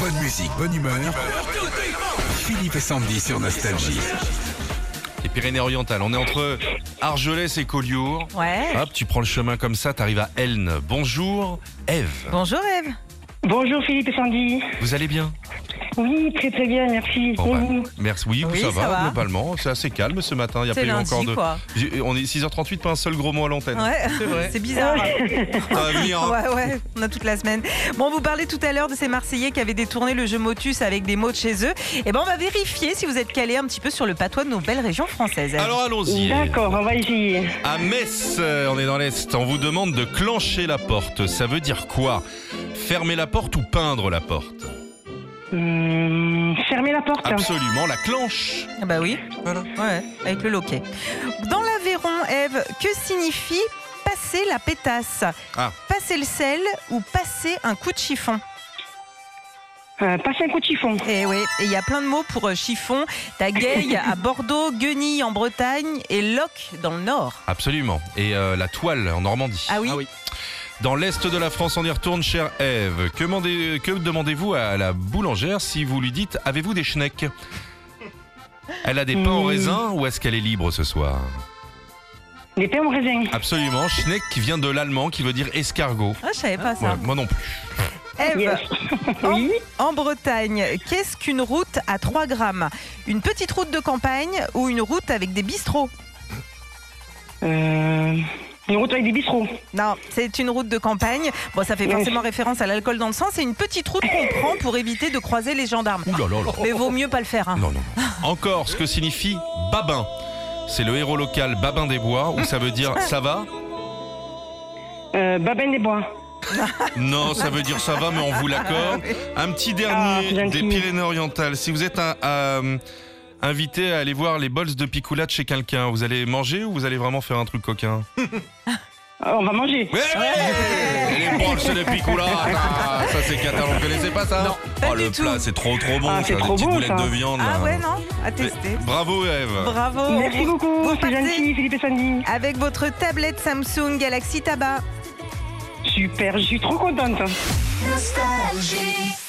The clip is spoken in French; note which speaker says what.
Speaker 1: Bonne musique, bonne humeur. Philippe et Sandy sur Nostalgie.
Speaker 2: Les Pyrénées-Orientales. On est entre Argelès et Collioure.
Speaker 3: Ouais.
Speaker 2: Hop, tu prends le chemin comme ça, t'arrives à Elne. Bonjour, Eve.
Speaker 3: Bonjour Eve.
Speaker 4: Bonjour Philippe et Sandy.
Speaker 2: Vous allez bien
Speaker 4: Oui, très très bien, merci.
Speaker 2: Bon,
Speaker 4: Et
Speaker 2: bah,
Speaker 4: vous
Speaker 2: Merci. Oui,
Speaker 3: Oui,
Speaker 2: ça,
Speaker 3: ça
Speaker 2: va,
Speaker 3: va.
Speaker 2: globalement. C'est assez calme ce matin. Il n'y a pas
Speaker 3: C'est
Speaker 2: eu
Speaker 3: lundi
Speaker 2: encore de.
Speaker 3: quoi.
Speaker 2: J'ai- On est 6h38, pas un seul gros mot à l'antenne.
Speaker 3: Ouais.
Speaker 2: C'est vrai.
Speaker 3: C'est bizarre.
Speaker 2: Ça va venir, hein.
Speaker 3: Ouais, ouais, on a toute la semaine. Bon, vous parlez tout à l'heure de ces Marseillais qui avaient détourné le jeu Motus avec des mots de chez eux. Et ben, on va vérifier si vous êtes calé un petit peu sur le patois de nos belles régions françaises. Eve.
Speaker 2: Alors allons-y.
Speaker 4: D'accord, on va essayer.
Speaker 2: À Metz, euh, on est dans l'Est, on vous demande de clencher la porte. Ça veut dire quoi Fermer la porte ou peindre la porte
Speaker 4: Hum, fermez la
Speaker 2: Ah,
Speaker 4: porte.
Speaker 2: Absolument, la clenche.
Speaker 3: Ah bah oui.
Speaker 2: Voilà.
Speaker 3: Ouais, avec le loquet. Dans l'Aveyron, Eve, que signifie passer la pétasse
Speaker 2: Ah.
Speaker 3: Passer le sel ou passer un coup de chiffon
Speaker 4: Euh, passez un coup de chiffon.
Speaker 3: Et Eh oui, et il y a plein de mots pour euh, chiffon. T'as gueille à Bordeaux, guenille en Bretagne et loc dans le Nord.
Speaker 2: Absolument. Et euh, la toile en Normandie.
Speaker 3: Ah oui,
Speaker 2: Dans l'Est de la France, on y retourne, chère Eve. Que, mandez- que demandez-vous à la boulangère si vous lui dites Avez-vous des schnecks Elle a des pains au
Speaker 4: Hmm.
Speaker 2: raisin ou est-ce qu'elle est libre ce soir
Speaker 4: Des pains au raisin.
Speaker 2: Absolument. Schneck qui vient de l'allemand qui veut dire escargot.
Speaker 3: Ah, je savais pas
Speaker 2: Ouais,
Speaker 3: ça.
Speaker 2: moi non plus.
Speaker 3: Eve,
Speaker 4: Yes. oui.
Speaker 3: en Bretagne, qu'est-ce qu'une route à 3 grammes Une petite route de campagne ou une route avec des bistrots
Speaker 4: Euh, une route avec des bistrots.
Speaker 3: Non, c'est une route de campagne. Bon, ça fait forcément référence à l'alcool dans le sang. C'est une petite route qu'on prend pour éviter de croiser les gendarmes.
Speaker 2: Ouh là là là.
Speaker 3: Mais vaut mieux pas le faire. hein.
Speaker 2: Non, non, non. Encore, ce que signifie babin. C'est le héros local Babin des Bois, où ça veut dire ça va
Speaker 4: Euh, Babin des Bois.
Speaker 2: Non, ça veut dire ça va, mais on vous l'accorde. Un petit dernier
Speaker 4: Ah,
Speaker 2: des
Speaker 4: gentil.
Speaker 2: Pyrénées-Orientales. Si vous êtes un- un- invité à aller voir les bols de picoulade chez quelqu'un, vous allez manger ou vous allez vraiment faire un truc coquin
Speaker 4: Euh, on va manger.
Speaker 2: Ouais, ouais. Et Les bols de picoulade ah, Ça, c'est catalan, vous connaissez pas ça
Speaker 3: pas
Speaker 2: Oh, le
Speaker 3: du tout.
Speaker 2: plat, c'est trop trop bon,
Speaker 4: Ah,
Speaker 2: ça,
Speaker 4: c'est
Speaker 2: des
Speaker 4: trop
Speaker 2: petites
Speaker 4: bon,
Speaker 2: boulettes
Speaker 4: ça.
Speaker 2: de viande.
Speaker 3: Ah
Speaker 2: là.
Speaker 3: ouais, non À
Speaker 2: Mais-
Speaker 3: tester.
Speaker 2: Bravo, Eve.
Speaker 3: Bravo.
Speaker 4: Merci beaucoup,
Speaker 3: Vous
Speaker 4: c'est
Speaker 3: partez
Speaker 4: gentil Philippe et Sandy.
Speaker 3: Avec votre tablette Samsung Galaxy Tabat.
Speaker 4: Super, je suis trop contente.
Speaker 5: Nostalgie.